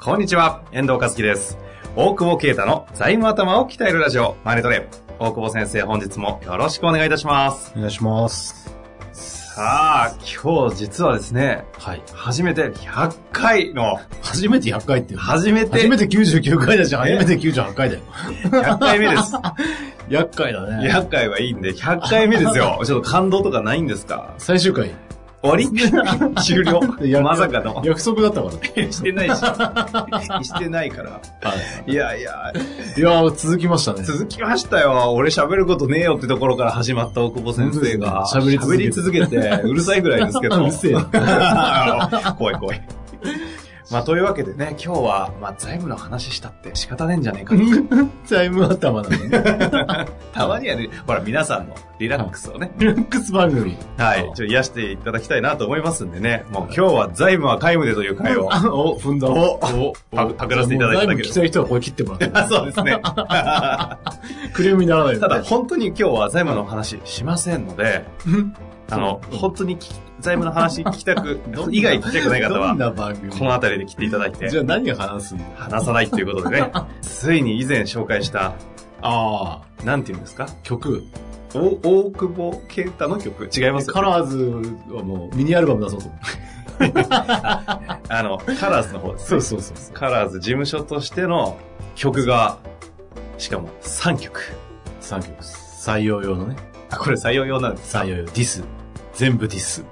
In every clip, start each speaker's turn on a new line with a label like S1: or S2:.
S1: こんにちは、遠藤和樹です。大久保啓太の財務頭を鍛えるラジオ、マネトレ。大久保先生、本日もよろしくお願いいたします。
S2: お願いします。
S1: さあ、今日実はですね、
S2: はい。
S1: 初めて100回の、
S2: 初めて100回って。
S1: 初めて
S2: 初めて99回だし、
S1: え
S2: 初めて98回だよ。
S1: 100回目 です。
S2: 厄介だね。
S1: 100回はいいんで、100回目です よ。ちょっと感動とかないんですか
S2: 最終回。
S1: 終わり終 了
S2: や
S1: まさかの。
S2: 約束だったか
S1: してないし。してないから。
S2: ら。はい。
S1: いやいや、
S2: いやー、続きましたね。
S1: 続きましたよ。俺喋ることねえよってところから始まった大久保先生が。
S2: 本当ですね喋り
S1: 続けて。うるさいぐらいですけど。
S2: うるせえ
S1: 怖い怖い。まあ、というわけでね、今日は、まあ、財務の話したって仕方ねえんじゃねえかと。
S2: タイム頭なのね。
S1: たまにはね、ほら、皆さんのリラックスをね、
S2: ルックス番組。
S1: は
S2: う
S1: い
S2: ん、
S1: ちょっと癒していただきたいなと思いますんでね、もう今日は財務は皆無でという会を。
S2: お、踏んだ。
S1: お
S2: お
S1: パクパクらせていただいただけ
S2: もうだいぶ
S1: で
S2: 来た人はこれ切ってもらって。
S1: あそうですね。た
S2: クレームにならないよね
S1: だ、本当に今日は財務の話しませんので、
S2: うん
S1: あの、本当に聞き財務の話聞きたく、以外聞きたくない方
S2: ど
S1: は
S2: ん、な番組
S1: この辺りで切っていただいて
S2: じ、ゃあ何を話すんだ
S1: 話さないということでね、ついに以前紹介した、
S2: あ
S1: なんて言うんですか
S2: ー、曲。
S1: お大久保啓太の曲違います
S2: カラーズはもうミニアルバム出そうと思
S1: あの、カラーズの方で
S2: う。
S1: す。
S2: そうそうそう。
S1: カラーズ事務所としての曲が、しかも3曲。
S2: 3曲です。採用用のね。
S1: あ、これ採用用なんです。
S2: 採用用。ディス。全部ディス。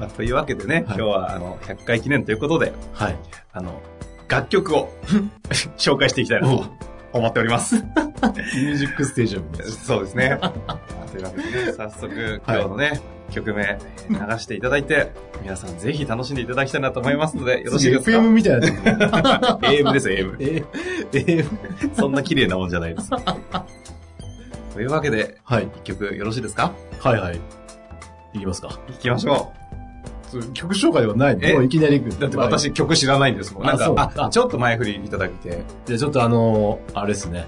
S1: まあ、というわけでね、今
S2: はい
S1: 日はあの、100回記念ということで、
S2: はい。
S1: あの、楽曲を 紹介していきたいなと思っております。
S2: ミュージックステージアムです。
S1: そうですね。というわけでね、早速今日のね、曲名流していただいて、皆さんぜひ楽しんでいただきたいなと思いますので、よろしいですか
S2: ?FM みたいなとこ。
S1: ?AM です、AM。
S2: え、え、
S1: そんな綺麗なもんじゃないです。 というわけで、
S2: はい。
S1: 一曲よろしいですか
S2: はいはい。いきますか。
S1: 行きましょ
S2: 曲紹介ではない
S1: え
S2: のもういきなり行く。
S1: う。だって
S2: まあ
S1: 私曲知らないんですもん。なん
S2: あそう
S1: か、あ、
S2: あ
S1: ちょっと前振りいただいて。
S2: じゃあちょっとあのー、あれですね。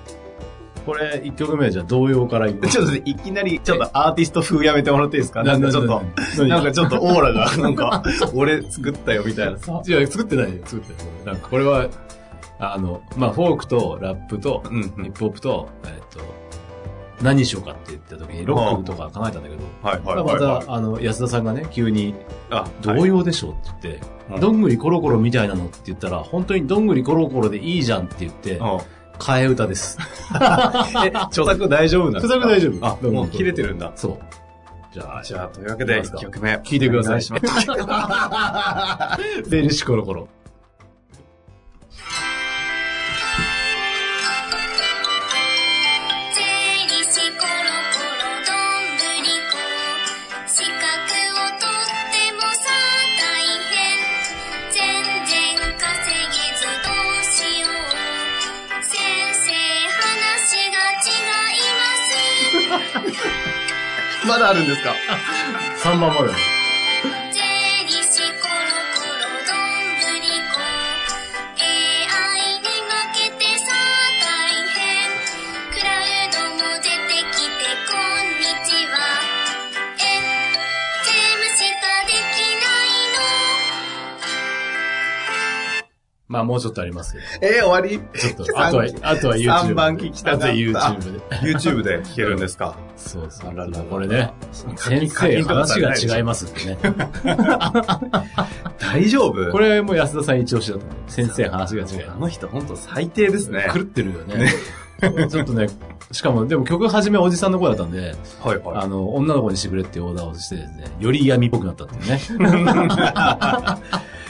S2: これ、1曲目はじゃあ童謡からい
S1: で
S2: く。
S1: ちょっとねいきなり、ちょっとアーティスト風やめてもらっていいですかなんかちょっと、
S2: と
S1: なんか
S2: ち
S1: ちょっとオーラが、 なんか、俺作ったよみたいなさ。
S2: いや、作ってないよ、作ってない。これなんかこれは、あの、まあ、フォークとラップと、
S1: うんう
S2: ヒッ
S1: ん。
S2: プホップと、えっと、何にしようかって言った時に、ロックとか考えたんだけど、
S1: はいはい
S2: ま
S1: はい
S2: た、
S1: はい。
S2: あの、安田さんがね、急に、
S1: あ
S2: 童謡でしょって言って、
S1: はい
S2: どんぐりコロコロみたいなのって言ったら、本当にどんぐりコロコロでいいじゃんって言って、
S1: うん
S2: 替え歌です。
S1: え、著作大丈夫なんですか
S2: 著作大丈夫
S1: あ、
S2: どうも
S1: もう切れてるんだ。
S2: そう。じゃあ
S1: あ、じゃあ、というわけで、一曲目。
S2: 聞いてください
S1: お願します。
S2: 税理士コロコロ。
S3: 税理士コロコロどんぶりこ資格をとってもさ大変全然稼げずどうしよう先生話が違います
S1: まだあるんですか
S2: 3番まで。
S3: 税理士コロコロどんぶりこ AI に負けてさ大変クラウドも出てきてこんにちはえ税務しかできない
S2: まあ、もうちょっとありますけど。
S1: え、終わり
S2: ちょっと、あとは、あとは YouTube。
S1: 三番聞きたかった
S2: あとは YouTube で。
S1: YouTube で聞けるんですか
S2: そうそ
S1: あららら
S2: う。これね、先
S1: 書き
S2: 生、
S1: 方じゃ
S2: 話
S1: ないでしょ
S2: が違いますってね。
S1: 大丈夫
S2: これも安田さん一押しだったね。先生、話が違い
S1: あ
S2: ます。
S1: の人本当最低ですね。
S2: 狂ってるよね。ちょっとね、しかも、でも曲始めおじさんの声だったんで、
S1: はいは
S2: あの、女の子にしてくれっていうオーダーをしてですね、より闇っぽくなったっていうね。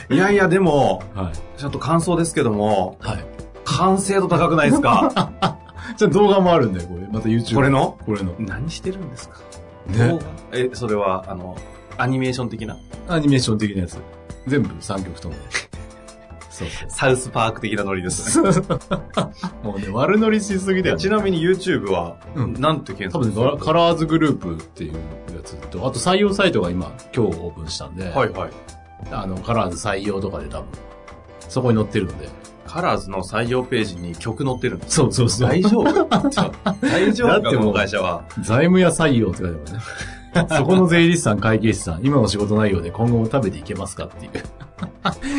S1: い。いやいや、でも、
S2: はい。
S1: ちょっと感想ですけども、
S2: はい。
S1: 完成度高くないですか
S2: じゃあ動画もあるんだよ、これ。また YouTube。
S1: これの
S2: これの。
S1: 何してるんですか
S2: ね
S1: おえ、それは、あの、アニメーション的な
S2: アニメーション的なやつ。全部3 曲とも。そうそう。
S1: サウスパーク的なノリです。
S2: もうね、悪乗りしすぎだよ、
S1: でちなみに YouTube は、
S2: うん
S1: なんて検
S2: 多
S1: 索
S2: 分
S1: す
S2: ね
S1: る
S2: ガラカラーズグループっていうやつと、あと採用サイトが今、今日オープンしたん
S1: は
S2: で、
S1: いはい。
S2: あの、カラーズ採用とかで多分、そこに載ってるんで。
S1: カラーズの採用ページに曲載ってるんです。
S2: そうそうそ
S1: 大丈夫大丈
S2: だ
S1: 夫
S2: っ
S1: か
S2: て
S1: こ
S2: も
S1: の
S2: う
S1: 会社は。
S2: 財務屋採用って書いて あるね。そこの税理士さん、会計士さん、今の仕事内容で今後も食べていけますかっていう。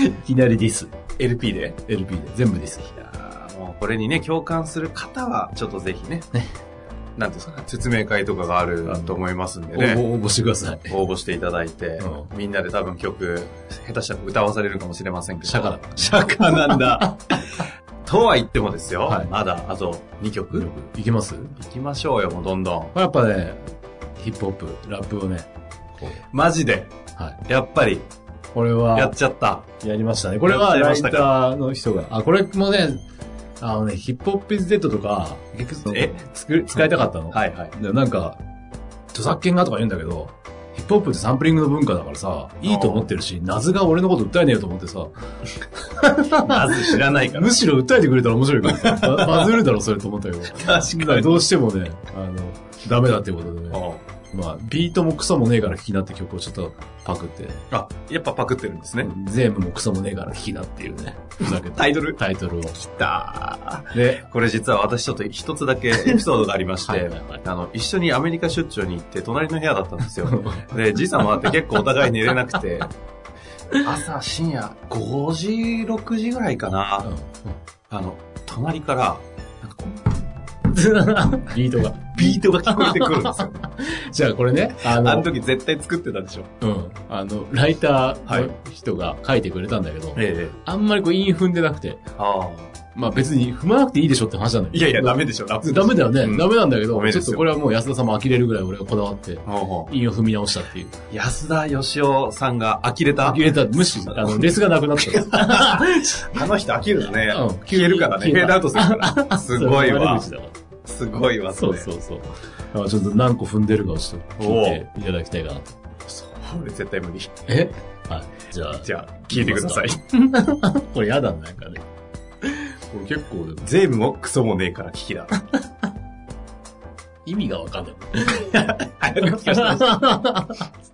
S2: いきなりディス。
S1: LP で。
S2: LP で。全部ディス。
S1: いやーもうこれにね、共感する方は、ちょっとぜひね、なんていうんですかね、説明会とかがあると思いますんで
S2: 応
S1: ね
S2: 募、。応募してください。
S1: 応募していただいて、
S2: う
S1: みんなで多分曲、下手したら歌わされるかもしれませんけど。
S2: シャカだ。
S1: 釈迦なん だ。とは言ってもですよ、
S2: はい
S1: まだあと2曲、行
S2: いけます
S1: きましょうよ、もうどんどん。
S2: やっぱね、ヒップホップ、ラップをね、こ
S1: マジで、
S2: う、はい。
S1: やっぱり、
S2: これは、
S1: やっちゃった。
S2: やりましたね。これは
S1: やっち
S2: ラ
S1: ゃい
S2: イ
S1: ま
S2: タ
S1: したか
S2: ーの人が。あ、これもね、あのね、ヒップホップイズデッドとか、
S1: え
S2: 作り使いたかったの。
S1: はいはい。
S2: でなんか、著作権がとか言うんだけど、ヒップホップってサンプリングの文化だからさ、いいと思ってるし、謎が俺のこと訴えねえよと思ってさ、
S1: まず知らないから。
S2: むしろ訴えてくれたら面白いからさ、ババズるだろそれと思ったけど。
S1: 確
S2: だからどうしてもね、あの、ダメだってことでね。まあ、ビートもクソもねえから聴きなって曲をちょっとパクって、
S1: あ、やっぱパクってるんですね。
S2: 全部もクソもねえから聴きなっていうね、ふざけた
S1: タイトル
S2: タイトルを。
S1: 来た
S2: で、
S1: これ実は私ちょっと一つ だけエピソードがありまして、
S2: はいはいはい
S1: あの、一緒にアメリカ出張に行って隣の部屋だったんですよ。 で、じいさんもあって結構お互い寝れなくて、朝深夜5時、6時ぐらいかな、あの、隣から、なんかこう、
S2: ビートが。
S1: ビートが聞こえてくるんです よ。
S2: じゃあこれね、あ
S1: あの
S2: の、
S1: 時絶対作ってたでしょ。
S2: うん、あの、ライターの人が書いてくれたんだけど、
S1: ええ。
S2: あんまりこう、韻踏んでなくて、
S1: ああ。
S2: まあ別に踏まなくていいでしょって話なんだけ
S1: い
S2: ど。
S1: やいや、ダメでしょ、ダ
S2: ダメだよね、
S1: うん
S2: ダメなんだけ
S1: ダ
S2: ど
S1: メ、
S2: ち
S1: で
S2: ょっ
S1: す
S2: と
S1: よ
S2: これはもう安田さんも呆れるぐらい俺がこだわって、
S1: ほうほ
S2: 韻を踏み直したっていう。
S1: う安田義雄さんが呆れた
S2: 呆れた、無視、あ の、レスがなくなった。
S1: あの人飽きるとね、
S2: うん
S1: 消えるからね、
S2: 消え
S1: フェ
S2: た
S1: ードアウトするから。すごいわ
S2: そ。れが悪口だから
S1: すごいわ、そ
S2: そ
S1: れ。
S2: うそうそう。だからちょっと何個踏んでるかをちょっと聞いていただきたいかなと。
S1: これ絶対無理。
S2: えはい。じゃあ、
S1: じゃあ、聞いてください。
S2: これやだな、なんかね。これ結構、
S1: 税務もクソもねえから聞きだ。
S2: 意味がわかんない。
S1: 早く聞きました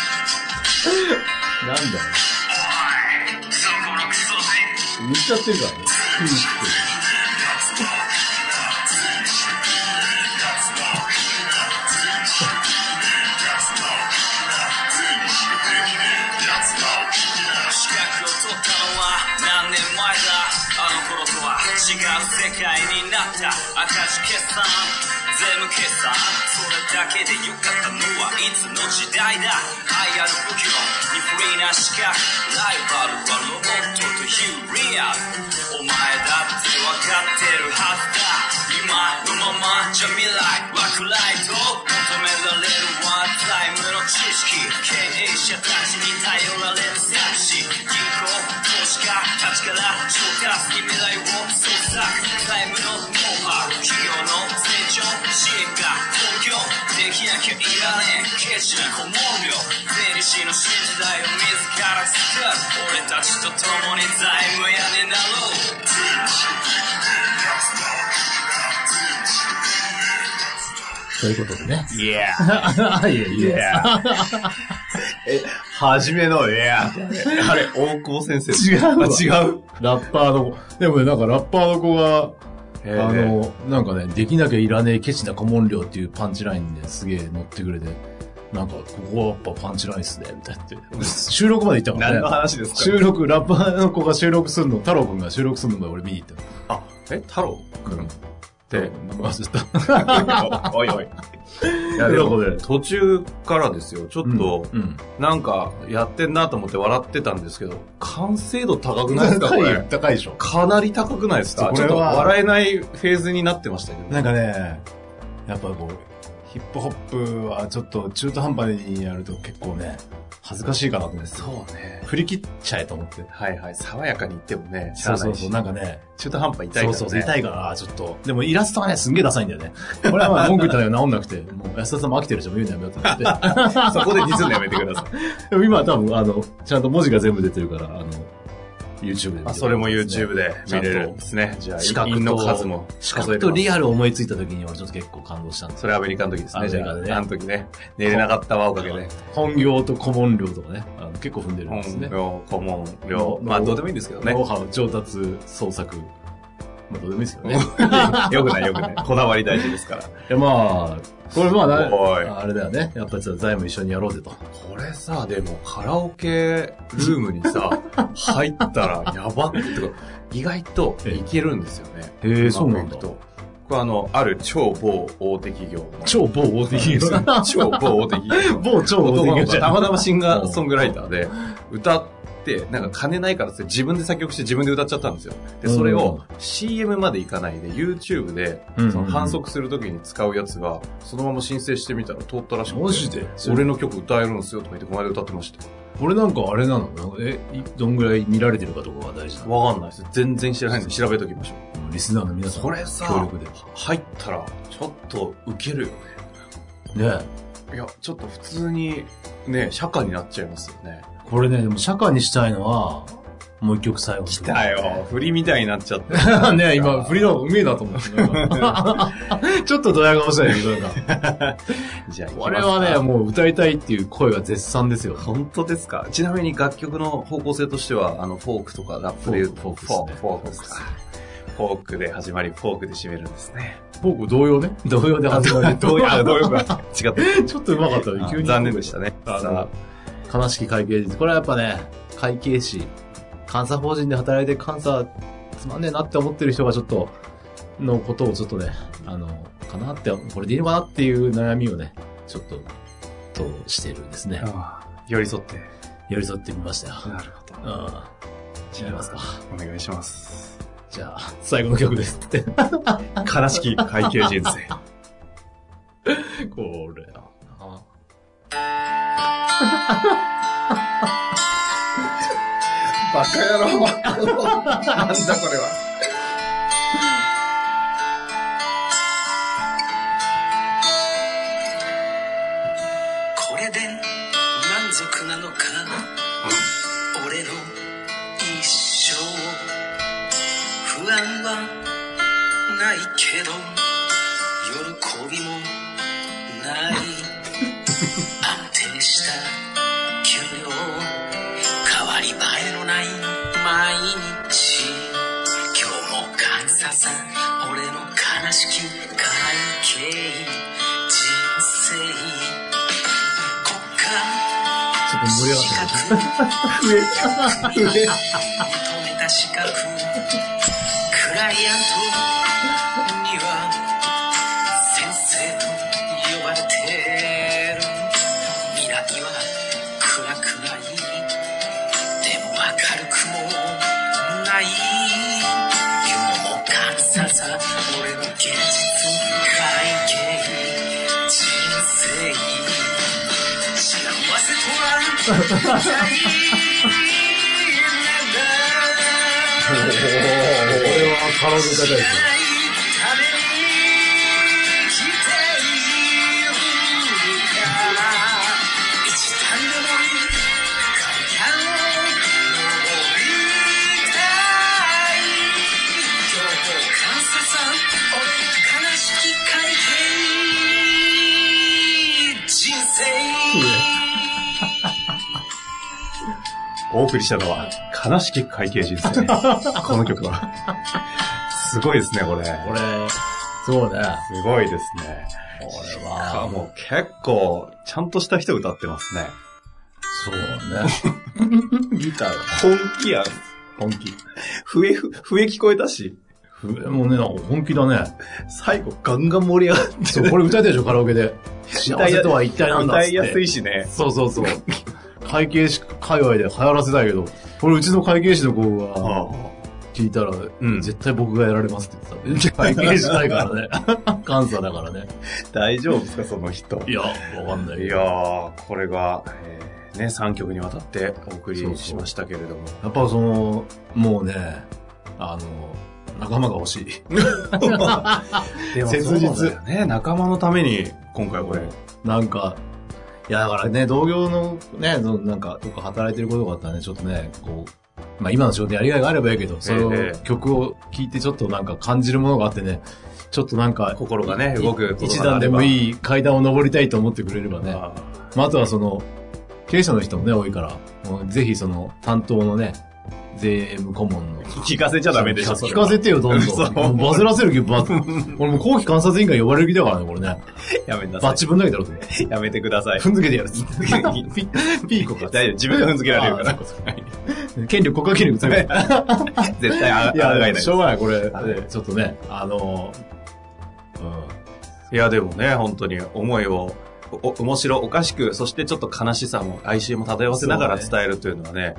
S2: なんだろう。言っちゃってるからね。
S4: 資格を取ったのは何年前だあの頃とは違う世界になった赤字決算税務決算それだけでよかったのはいつの時代だ愛ある武器のにフリーな資格ライバルはロボットとヒューリアルお前だってわかってるはずだ今のままじゃ未来は暗いと求められるワンタイムの知識経営者たちに頼られる作詞銀行投資家たちから調達に未来を創作タイムのノウハウ企業の成長進化東京できなきゃいらねえケチな顧問料税理士の新時代を自ら作る俺たちと共に財務屋になろう
S2: ということでね。
S1: いや
S2: あいやい
S1: いやえ、はじめの、いやあれ、大久保先生。
S2: 違うわ
S1: あ違う。
S2: ラッパーの子。でもね、なんかラッパーの子が、
S1: え
S2: あ
S1: ー、
S2: の、なんかね、できなきゃいらねえケチな顧問料っていうパンチラインですげえ乗ってくれて、なんか、ここはやっぱパンチラインっすね、みたいなって。収録まで行ったか
S1: 何の
S2: らね。
S1: 話ですか
S2: 収録、ラッパーの子が収録するの、太郎くんが収録するのまで俺見に行っ
S1: あ、え、太郎
S2: たの。
S1: で
S2: で、忘れた。
S1: おいおい。いやでも
S2: どこで
S1: 途中からですよ、ちょっと、
S2: うん。
S1: なんか、やってんなと思って笑ってたんですけど、完成度高くないですか、こ
S2: 高
S1: れ
S2: い。高いでしょ。
S1: かなり高くないですか
S2: こ
S1: ちょ
S2: れは
S1: っと笑えないフェーズになってましたけどね。
S2: なんかね、やっぱこう、ヒップホップはちょっと中途半端にやると結構ね、恥ずかしいかなと思って。
S1: そうね。
S2: 振り切っちゃえと思って。
S1: はいはい。爽やかに言ってもね、しゃあな
S2: そうそう
S1: い
S2: そ
S1: し
S2: う、なんかね、
S1: 中途半端痛いからね。
S2: そうそうそう、痛いから、ちょっと。でもイラストはね、すんげえダサいんだよね。これはまあ文句言ったら治んなくて、もう安田さんも飽きてるし、もう言うのやめよう と思って。
S1: そこでディスるのやめてく ださい。
S2: でも今は多分、あの、ちゃんと文字が全部出てるから、あの、YouTube で。
S1: あ、それも YouTube で見れるんですね。じゃあ、
S2: 資格と
S1: 印の数も
S2: しか
S1: 数え
S2: と
S1: る
S2: リアルを思いついた時にはちょっと結構感動したんです。
S1: それアメリカの時です
S2: アメ
S1: ね、じ
S2: リ
S1: ゃ
S2: カでね
S1: あ。あの時ね。寝れなかったわ、おかげで。
S2: 本業と顧問料とかね、あの結構踏んでるんです
S1: 本
S2: ね。
S1: 領、顧問領。
S2: うん
S1: まあ、どうでもいいんですけどね
S2: ノ。ウハウ、上達、創作。まあ、どうでもいいです けどね。
S1: よくない、よくない。こだわり大事ですから。
S2: いや、まあ、これまあ
S1: すごい
S2: な、あれだよね。やっぱり財務一緒にやろうぜと。
S1: これさ、でもカラオケルームにさ、 入ったらやばってか、意外といけるんですよね。
S2: へえそうなん
S1: まく
S2: だ
S1: いくとこれあの、ある超某大手企業の。
S2: 超某大手企業。
S1: 超某大手企業の。
S2: 某超
S1: 男
S2: 大手企業
S1: の
S2: じ
S1: 子
S2: ゃ
S1: た
S2: ん。
S1: またまシンガーソングライターで、歌って、なんか金ないからっつって自分で作曲して自分で歌っちゃったんですよ。で、それを CM まで行かないで、YouTube で、
S2: うん
S1: その反則するときに使うやつが、そのまま申請してみたら通ったらしくて。
S2: マジで
S1: 俺の曲歌えるんですよとか言って、この間歌ってました。
S2: 俺なんかあれなのなんかえ、いどんぐらい見られてるかとかが大事なの
S1: わかんないです。全然知らないんで調べときましょう。
S2: リスナーの皆さん。
S1: それさ
S2: 協力で。
S1: 入ったら、ちょっとウケるよね。
S2: ね
S1: いや、ちょっと普通に、ね、釈迦になっちゃいますよね。
S2: これね、でも社会にしたいのは、もう一曲最後に。
S1: 来たよ。振りみたいになっちゃって。
S2: ね今、振りの方がうめえなと思って。 ちょっとドヤ顔したいけど、なんか。
S1: じゃあ、
S2: これはね、、もう歌いたいっていう声が絶賛ですよ。
S1: 本当ですかちなみに楽曲の方向性としては、あの、フォークとかラップで言うと、
S2: フォークフォークです
S1: フォークです
S2: ね
S1: か。フォークで始まり、フォークで締めるんですね。
S2: 僕、同様ね。 同様で始まる。
S1: どうや、どうよく 違った。
S2: ちょっと上手かった。急に。
S1: 残念でしたね。
S2: あ
S1: さ
S2: の、悲しき会計士。これはやっぱね、会計士、監査法人で働いて監査つまんねえなって思ってる人がちょっと、のことをちょっとね、あの、かなって、これでいいのかなっていう悩みをね、ちょっと、としてるんですね。
S1: あ、寄り添って。
S2: 寄り添ってみましたよ。
S1: なるほど
S2: う。ん。違いますか。
S1: お願いします。
S2: じゃあ、最後の曲ですって。
S1: 悲しき会計人生。
S2: これあ
S1: バカ野郎。なんだこれは。
S4: これで満足なのか俺の一生不安はないけど喜びもない安定した給料変わり映えのない毎日今日も感謝さ俺の悲しき会計人生ちょっと盛り上がってる。クライアントには先生と呼ばれてる。未来は暗くない。でも明るくもない。夢も感謝さ、俺の現実会計人生。幸せとは
S2: あ。これは体高いですね。
S4: 人生
S1: お送りしたのは、悲しき会計人 生。この曲は。すごいですね、これ。
S2: これ、そうね。
S1: すごいですね。
S2: これ
S1: あ
S2: は、
S1: もう結構、ちゃんとした人歌ってますね。
S2: そう ね。ギターが
S1: 本気やん。
S2: 本気。
S1: 笛、笛聞こえたし、
S2: ふもうね、なんか本気だね。
S1: 最後ガンガン盛り上がって。
S2: そう、これ歌いたいでしょ、カラオケで。幸せとは一体なんだっつって。
S1: 歌いやすいしね。
S2: そうそうそう。会計士界隈で流行らせたいけど、これうちの会計士の子が、
S1: あ
S2: ギ聞いたら、
S1: ん
S2: 絶対僕がやられますって言ってた。会計しないからね。 監査だからね。
S1: 大丈夫ですか、その人。
S2: いや、わかんない
S1: い
S2: けど
S1: やー、これが、えーね、3曲にわたってお送りしましたけれども。
S2: やっぱその、もうね、あの、仲間が欲しい。
S1: でも
S2: 切
S1: そう
S2: 実
S1: だよね、仲間のために、今回これ。
S2: なんか、いやだからね、同業のね、そのなんか、とか働いてることがあったらね、ちょっとね、こう、まあ今の仕事にやりがいがあればいいけど、それを、
S1: ええ
S2: 曲を聴いてちょっとなんか感じるものがあってね、ちょっとなんか、
S1: 心がね、動く。
S2: 一段でも
S1: い。
S2: いい階段を登りたいと思ってくれればね、
S1: あ
S2: まあ、あとはその、経営者の人もね、多いから、もうぜひその、担当のね、税務顧問の。
S1: ー聞かせちゃダメでしょ。
S2: 聞かせてよ、どん
S1: 嘘
S2: どん。もうバズらせる気 バズ。俺もう後期観察委員会呼ばれる気だからね、これね。
S1: やめなさ
S2: バッチぶん投げたろと思って。
S1: い。やめてください。
S2: 踏んづけてやるっつって。
S1: ピーコか。大丈夫、自分で踏んづけられるから。
S2: 権力、国家権力強い。
S1: 絶対あ、あ
S2: い
S1: がいない
S2: や、
S1: です
S2: しょうがない、これ
S1: はい。
S2: ちょっとね、あのー、うん。
S1: いや、でもね、本当に思いを、お、面白おかしく、そしてちょっと悲しさも、哀愁も漂わせながら
S2: そう
S1: 伝
S2: ね
S1: えるというのはね、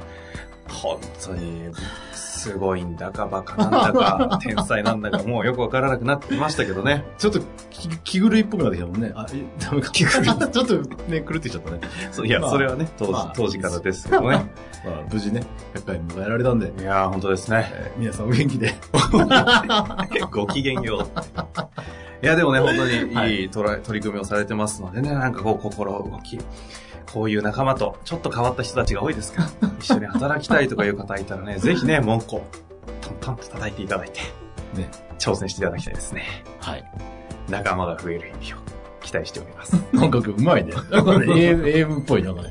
S1: 本当に、すごいんだか、バカなんだ か、天才なんだか、もうよくわからなくなってきましたけどね。
S2: ちょっと気気狂いっぽくなってきたもんね。あ、えダメか。気 狂い。ちょっとね、狂ってきちゃったね。
S1: そういや、
S2: まあ
S1: それはね、当時、
S2: まあ
S1: 当時からですけどね。
S2: まあ、無事ね、100回迎えられたんで、
S1: いやー、本当ですね。
S2: えー皆さんお元気で。
S1: ご機嫌よう。いや、でもね、本当
S2: は
S1: にいいトライ取り組みをされてますのでね、なんかこう、心動き、こういう仲間と、ちょっと変わった人たちが多いですから、 一緒に働きたいとかいう方いたらね、ぜひね、門戸をトントンと叩いていただいて、
S2: ね
S1: 挑戦していただきたいですね。
S2: はい。
S1: 仲間が増える意味を期待しており ます。
S2: なんかう まいね。なんかね、AM, AM っぽい、なんかね。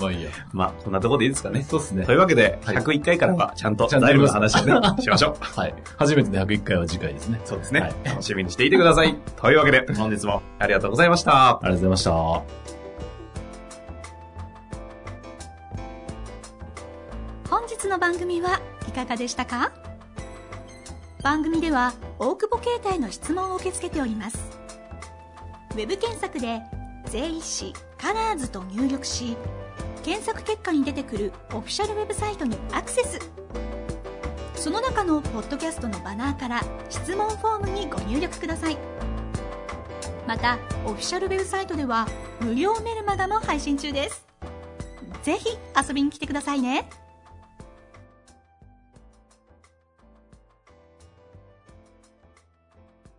S2: まあいいや。
S1: まあ、こんなところでいいですかね。
S2: そうっすね
S1: というわけで、
S2: はい
S1: 101回からは、ちゃんと
S2: ちゃんと
S1: 財務の話をね、しましょう。
S2: はい。初めての101回は次回ですね。
S1: そうですね。
S2: はい
S1: 楽しみにしていてください。というわけで、本日もありがとうございました。
S2: ありがとうございました。
S5: 本日の番組はいかがでしたか番組では大久保携帯の質問を受け付けておりますウェブ検索で「税理士カラーズと入力し検索結果に出てくるオフィシャルウェブサイトにアクセスその中のポッドキャストのバナーから質問フォームにご入力くださいまたオフィシャルウェブサイトでは無料メルマガも配信中ですぜひ遊びに来てくださいね